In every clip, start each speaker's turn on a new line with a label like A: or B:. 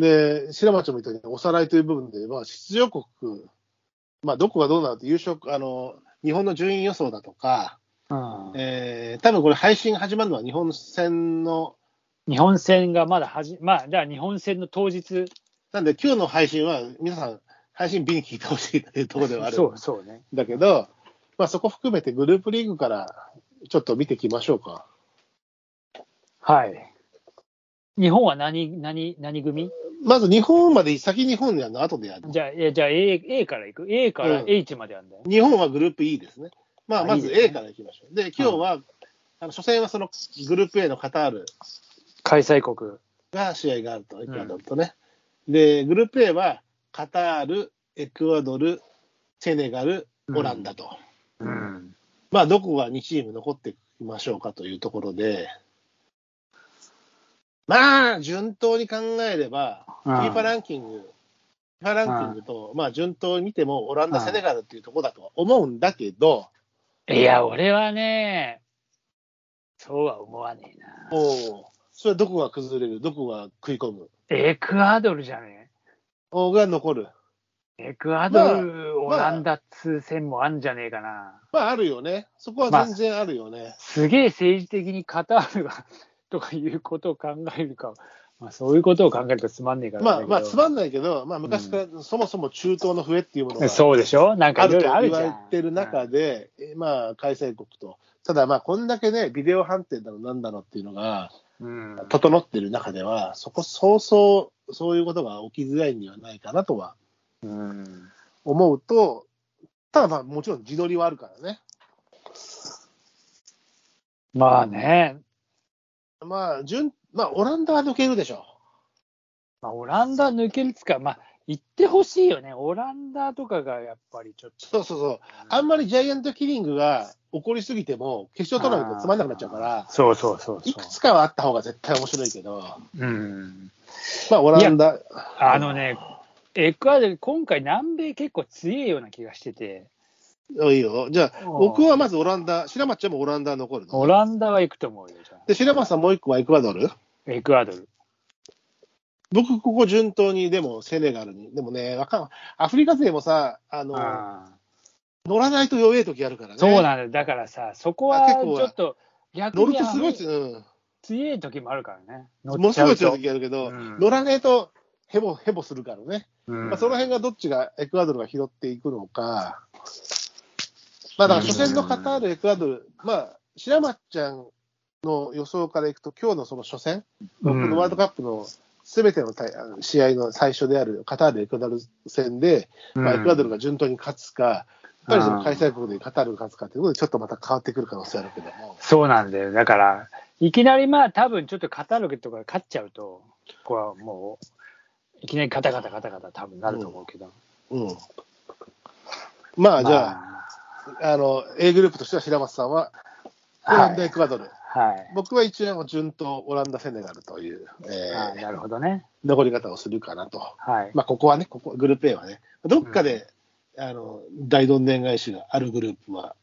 A: 白町も言ったけど、おさらいという部分で言えば、出場国、まあ、どこがどうなるって優勝あの、日本の順位予想だとか、
B: うん
A: えー、多分これ、配信始まるのは日本戦の、
B: 日本戦がまだはじ、まあ、じゃあ日本戦の当日、
A: なんで、今日の配信は、皆さん、配信日に聞いてほしいというところではある
B: そ
A: ん
B: うそうね。
A: だけど、まあ、そこ含めてグループリーグからちょっと見ていきましょうか。
B: はい。日本は何、何、何組
A: まず日本まで先日本やるの、後でやる。
B: じゃあ、えじゃあ A, A から行く ?A から H まであるんだよ。
A: 日本はグループ E ですね。まあ、
B: あ
A: まず
B: いいです
A: A
B: ね
A: からいきましょう。で、今日は、あの初戦はそのグループ A のカタール
B: 開催国。
A: が試合があると、エクアドルとね。で、グループ A はカタール、エクアドル、セネガル、オランダと。
B: うん。
A: まあ、どこが2チーム残っていましょうかというところで、まあ、順当に考えれば、
B: うん
A: FIFA ランキング、FIFA ランキングと、まあ、順当に見ても、オランダ、
B: うん
A: セネガルっていうところだとは思うんだけど、
B: いや、俺はね、そうは思わねえな。
A: おうそれはどこが崩れる、どこが食い込む、
B: エクアドルじゃね
A: おうが残る。
B: えエクアドル、オ
A: まあ
B: ランダ通戦もあんじゃねえかな。
A: まあ、あるよね。そこは全然あるよね。
B: すげえ政治的にカタールが とかいうことを考えるか、まあ、そういうことを考えるとつまんねえから
A: まあ、まあ、つま
B: ん
A: んないけど、まあ、昔から、そもそも中東の笛っていうものが、
B: そうでしょなんか
A: あ
B: いろ
A: る
B: い
A: と
B: ろある
A: 言
B: じ
A: わ
B: ゃ
A: れ
B: ん。
A: てる中で、えまあ、開催国と、ただまあ、こんだけね、ビデオ判定だの、なんだのっていうのが、
B: うん、
A: 整ってる中では、そこ、そうそう、そういうことが起きづらいんではないかなとは
B: うん
A: 思うと、ただまあ、もちろん自撮りはあるからね。
B: まあね、
A: まあ、順、まあ、オランダは抜けるでしょ
B: まあ、オランダ抜けるつか、まあ、行ってほしいよね、オランダとかがやっぱりちょっと。
A: そうそうそう。あんまりジャイアントキリングが起こりすぎても、決勝トーナメントつまんなくなっちゃうから、
B: そうそうそうそう。
A: いくつかはあった方が絶対面白いけど、
B: うん、
A: まあ、オランダ、
B: あのね、エクアドル、今回、南米結構強いような気がしてて、
A: あいいよ。じゃあ、僕はまずオランダ、白松ちゃんもオランダ残るの。
B: オランダは行くと思うよ、じゃ
A: で、白松さんもう一個はエクアドル
B: あエクアドル。
A: 僕、ここ順当に、でもセネガルに。でもね、わかんアフリカ勢もさ、あの、
B: あー
A: 乗らないと弱い時あるからね。
B: そうなんだよ。だからさ、そこは
A: あ
B: ち
A: 結構
B: ょっと逆
A: 乗
B: に
A: るとすごいつ、うん。
B: 強い時もあるからね。
A: ものすごい強い
B: 乗っち
A: 時あるけど、
B: うん
A: 乗らないと、ヘボ、ヘボするからね。
B: ゃうとうん
A: まあ、その辺がどっちがエクアドルが拾っていくのか、まあ、だから初戦のカタール、エクアドル、まあ、白松ちゃんの予想からいくと、今日のその初戦、
B: うん
A: このワールドカップのすべての大あの試合の最初であるカタール、エクアドル戦で、まあ、エクアドルが順当に勝つか、やっぱりその開催国でカタールが勝つかということで、ちょっとまた変わってくる可能性あるけども、
B: そうなんだよ。だから、いきなりまあ多分ちょっとカタログとか勝っちゃうと、ここはもう、いきなりカタカタカタカタ多分なると思うけど。
A: うん。まあ、じゃあ、
B: ま
A: あの、A グループとしては白松さんは、オランダ、エクアドル。
B: あはい。
A: 僕は一応順当オランダ、セネガルという、え
B: あ
A: ー
B: ーなるほどね。
A: 残り方をするかなと。
B: はい。
A: まあ、ここはね、ここグループ A はね、どっかで、あの大どんでん返しがあるグループは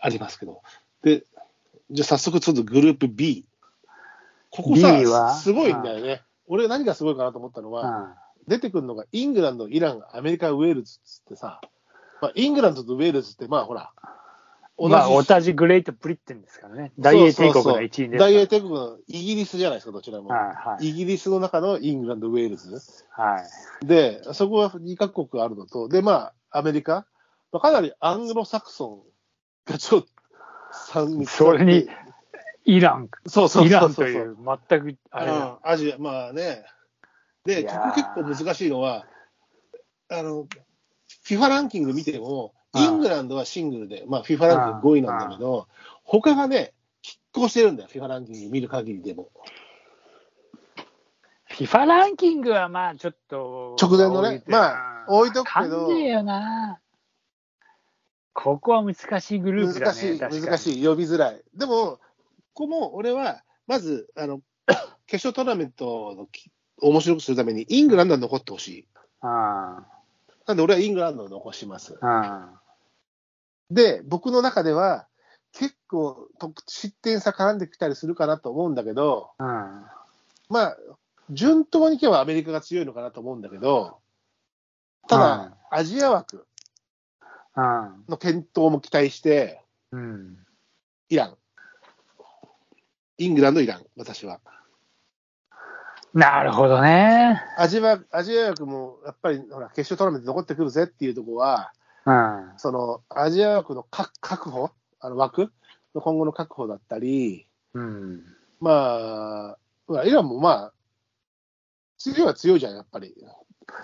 A: ありますけど。で、じゃあ早速ちょっとグループ B。ここさ、
B: B は
A: すごいんだよね。俺何がすごいかなと思ったのは、
B: うん
A: 出てくるのがイングランド、イラン、アメリカ、ウェールズっつってさ、まあ、イングランドとウェールズって、まあほら、同じ
B: まあ、同じグレートブリッテンですからね。大英帝国の一員ですから。
A: そうそうそう大英帝国のイギリスじゃないですか、どちらも。
B: はいはい
A: イギリスの中のイングランド、ウェールズ。
B: はい。
A: で、そこは2カ国あるのと、で、まあ、アメリカ、まあ、かなりアングロサクソンがちょっと参加
B: それに、イラン、
A: そうそうそうそう
B: イランという、全く、あれだ
A: うんアジア、まあね。で、
B: い
A: こ
B: や
A: こ
B: ー
A: 結構難しいのは、あの、FIFA ランキング見ても、
B: うん
A: イングランドはシングルで、まあ FIFA ランキング5位なんだけど、他がね、拮抗してるんだよ、FIFA ランキング見る限りでも。
B: FIFA ランキングはまあちょっと
A: 直前のねまあ置いとくけど
B: わかんねえよなここは難しいグループだ
A: 難
B: ね
A: しい、
B: 確かに
A: 難しい、呼びづらい。でも、ここも俺は、まず、あの、 決勝トーナメントのき面白くするために、イングランドは残ってほしい。
B: うん
A: なんで俺はイングランドを残します。
B: うん
A: で、僕の中では、結構得失点差絡んできたりするかなと思うんだけど、
B: うん
A: まあ、順当にいけばアメリカが強いのかなと思うんだけど、ただ、アジア枠
B: うん
A: の検討も期待して、
B: うん。
A: イラン。イングランド、イラン、私は。
B: なるほどね。
A: アジアアジア枠も、やっぱりほら決勝トーナメント残ってくるぜっていうところは、
B: うん。
A: そのアジア枠の確確保、あの枠の今後の確保だったり、
B: うん。
A: まあ、ほらイランもまあ、強いは強いじゃん、やっぱり。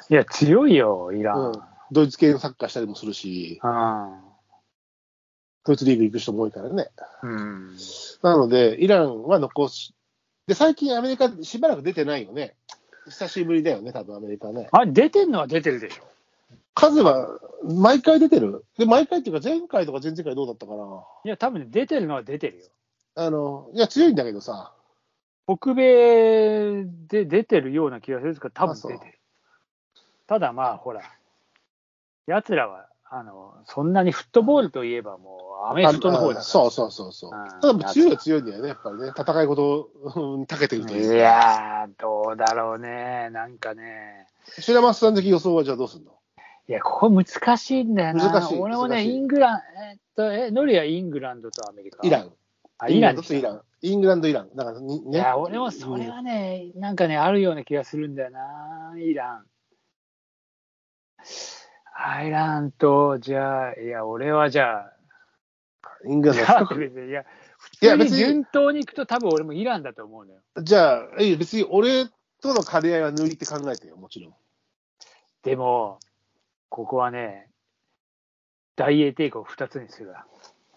B: いや、強いよ、イラン。
A: うんドイツ系のサッカーしたりもするし、ドイツリーグ行く人も多いからね。
B: うん。うん。
A: なので、イランは残し、で、最近アメリカしばらく出てないよね。久しぶりだよね、多分アメリカね。
B: あれ、出てんのは出てるでしょ。
A: 数は、毎回出てるで、毎回っていうか、前回とか前々回どうだったかな。
B: いや、多分出てるのは出てるよ。
A: あの、いや、強いんだけどさ、
B: 北米で出てるような気がするんですけど、多
A: あ
B: 分
A: そう
B: 出てる。ただまあ、ほら、やつらは、あの、そんなにフットボールといえばもう、アメフトの方だから。
A: そうそうそうそう。
B: うん
A: ただもう強いは強いんだよね、やっぱりね。戦い事うん長けてると
B: い
A: いう。
B: やー、どうだろうね。なんかね。
A: 白松さん的予想はじゃあどうするの
B: いや、ここ難しいんだよな。
A: 難しい
B: 俺も
A: 難
B: ね、
A: しい
B: イングラン、えーっと、え、ノリはイングランドとアメリカ。
A: イラン。
B: あ、イラン
A: だ
B: で
A: と
B: し
A: イ
B: た
A: ラン。イングランド、イラン。だからに、
B: い
A: ね。
B: や、俺もそれはね、なんかね、あるような気がするんだよな、イラン。アイランと、じゃあ、いや、俺はじゃあ、
A: うんイングランド
B: 多分別にいや、普
A: いや
B: 通に
A: 別に
B: 順当にいくと、多分俺もイランだと思うのよ。
A: じゃあ、いい別に俺との兼ね合いは抜いて考えてよ、もちろん。
B: でも、ここはね、大英帝国2つにするわ。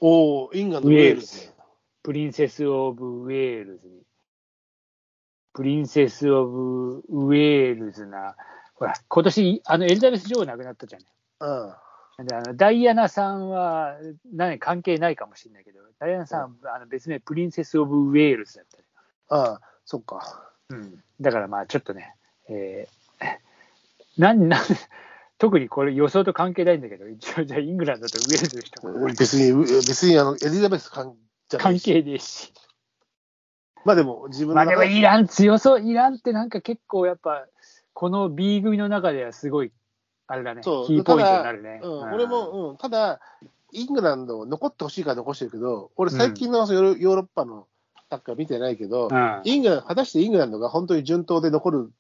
A: おお、イングランド、
B: ウ
A: ウ
B: ェ
A: ェ
B: ー
A: ー
B: ル
A: ル
B: ズ
A: ズ。
B: プリンセス・オブ・ウェールズに。プリンセス・オブ・ウェールズな、ほら、今年、あの、エリザベス女王亡くなったじゃない。
A: うん。
B: であのダイアナさんは何関係ないかもしれないけど、ダイアナさんは、あの別名、プリンセス・オブ・ウェールズだったり、
A: ああ、そっか。
B: だからまあちょっとね、えー、 なんなん特にこれ予想と関係ないんだけど、一応じゃあイングランドとウェールズの人が
A: 別に、う別にあのエリザベス関じゃない
B: 関。係ねえし、
A: まあでも、自分
B: ま
A: の
B: あでも
A: 中
B: イ
A: で、
B: ラン強そう、イランってなんか結構やっぱ、この B 組の中ではすごい、あれだね、キ
A: そう
B: ーポイントになるね。
A: うん、
B: うん
A: 俺も、うん、ただ、イングランド、残ってほしいから残してるけど、俺、最近のそのヨーロヨーロッパのサッカー見てないけど、
B: うん
A: イングランド、果たしてイングランドが本当に順当で残る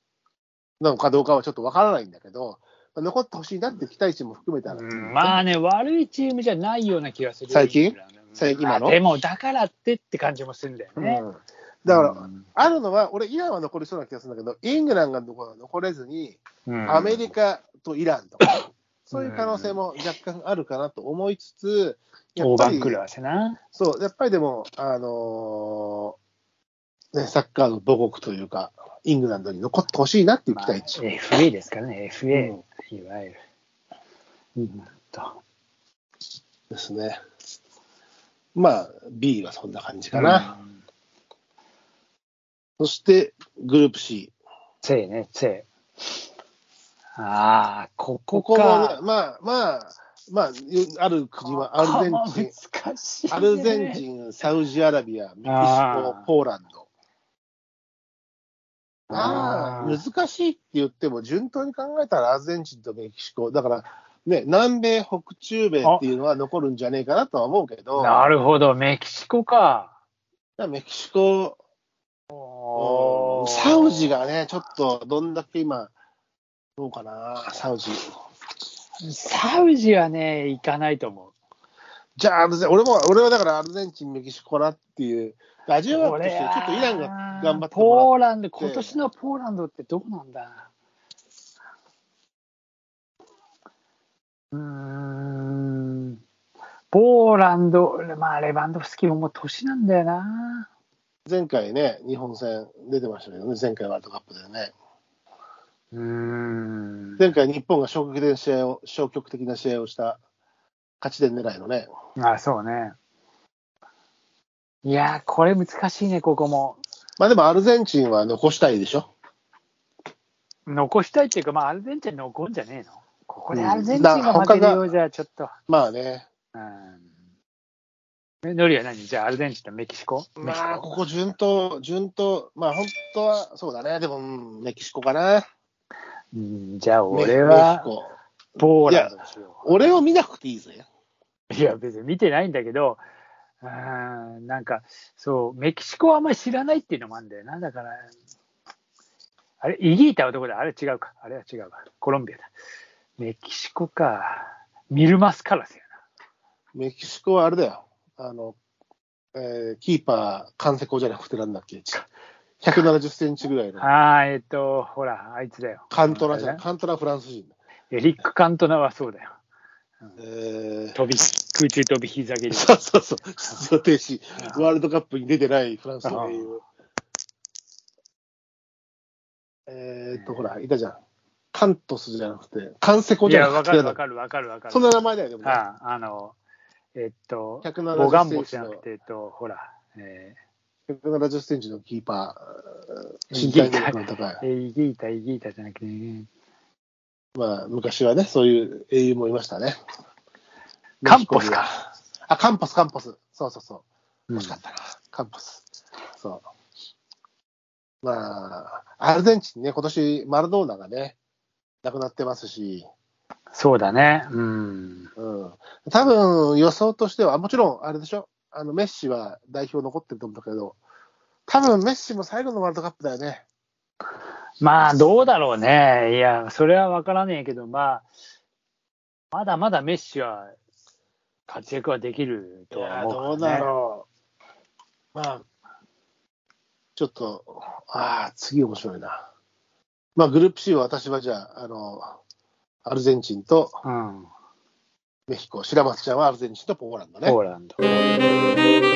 A: のかどうかはちょっとわからないんだけど、まあ残ってほしいなって期待値も含めたら、
B: うんまあね、悪いチームじゃないような気がする。
A: 最近
B: イングランド
A: 最近今の
B: まあでも、だからってって感じもするんだよね。
A: うんだから、
B: うん
A: あるのは、俺、イランは残りそうな気がするんだけど、イングランドが残れずに、
B: うん
A: アメリカとイランとか、そういう可能性も若干あるかなと思いつつ、やっ
B: 大
A: ぱ
B: 番
A: り、
B: 狂わせな。
A: そう、やっぱりでも、あのーね、サッカーの母国というか、イングランドに残ってほしいなっていう期
B: まあ
A: 待値。
B: FA ですからね、FA、
A: うん
B: いわゆる。うんと
A: ですね。まあ、B はそんな感じかな。
B: うん
A: そして、グループ C。
B: せいね、せい。ああ、こ
A: こ
B: こ
A: こもね、
B: か。
A: まあまあ、まあ、ある国はアルゼンチン。
B: ここ難しい、ね。
A: アルゼンチン、サウジアラビア、メキシコ
B: あー、
A: ポーランド。
B: あ
A: ああ
B: ー
A: ー、難しいって言っても、順当に考えたらアルゼンチンとメキシコ、だから、ね、南米、北中米っていうのは残るんじゃねえかなとは思うけど、
B: なるほど、メキシコか。
A: メキシコ、
B: おー
A: サウジがね、ちょっとどんだけ今、どうかな、サウジ。
B: サウジはね、行かないと思う。
A: じゃあ、アルゼン俺も、俺はだからアルゼンチン、メキシコかなっていう、アジア枠としてちょっとイランが頑張ってもらって
B: ポーランド、今年のポーランドってどうなんだうーん、ポーランド、まあ、レバンドフスキももう年なんだよな。
A: 前回ね、日本戦出てましたけどね、前回ワールドカップでね。
B: うーん、
A: 前回日本が消極的な試合を、消極的な試合をした勝ち点狙いのね。
B: あ、そうね。いやー、これ難しいね、ここも。
A: まあでもアルゼンチンは残したいでしょ。
B: 残したいっていうか、まあ、アルゼンチン残んじゃねえの。ここで
A: うん
B: アルゼンチンが負けるよ
A: だ
B: うじゃ、ちょっと。
A: まあね。
B: うんノリは何じゃあ、アルゼンチンとメキシコメキシ
A: まあ、
B: コ
A: ここ順当、順当、まあ、本当は、そうだね。でも、うんメキシコかな。
B: うんじゃあ、
A: メ
B: 俺
A: メ
B: は
A: キシコ
B: ポーランドにしよ
A: 俺を見なくていいぜ。
B: う。いや、別に見てないんだけど、うーんなんか、そう、メキシコはあんまり知らないっていうのもあるんだよな。だから、あれ、イギータはどこだあれ違うか。あれは違うか。コロンビアだ。メキシコか。ミルマスカラスや
A: メキシコはあれだよ。あの、えーキーパー、関セコじゃなくてなんだっけ。170センチぐらいの。
B: な。ああー、えっと、ほら、あいつだよ。
A: カントラじ
B: あ
A: ゃ
B: れ
A: ん。
B: だ
A: カントラフランス人だ。
B: エリック・カントナはそうだよ。
A: えー、
B: 飛び、空中飛び膝蹴り。
A: そうそうそう。出場停止。ワールドカップに出てないフランスの英雄。えーっと、ほら、いたじゃん。カントスじゃなくて、カンセコ
B: い
A: じ
B: や、
A: ゃな
B: わ
A: くて
B: か、るわかるわかるわかる。
A: そんな名前だよ、でもね、
B: ああ、あの、えっと、
A: 170
B: ボガンボじゃなくて、えっと、ほら、え
A: 170センチのキーパー、
B: イ
A: 身
B: ギー
A: 体能力の高い
B: ー、。えイギータ、イギータじゃなくて、
A: まあ、昔はね、そういう英雄もいましたね。
B: カンポスか。
A: あ、カンポス、カンポス。そうそうそう。
B: うん
A: 惜しかったな、カンパス。そう。まあ、アルゼンチンね、今年マラドーナがね、亡くなってますし、
B: そうだね。うん。
A: うん。多分予想としては、もちろんあれでしょ、あのメッシは代表残ってると思うんだけど、多分メッシも最後のワールドカップだよね。
B: まあ、どうだろうね。いや、それはわからねえけど、まあ、まだまだメッシは活躍はできるとは思う、ね。
A: ろう。まあ、ちょっと、ああ、次面白いな。まあ、グループ C は私はじゃあ、あの、アルゼンチンと
B: うん。
A: メヒコ、白松ちゃんはアルゼンチンとポーランドね。
B: ポーランド。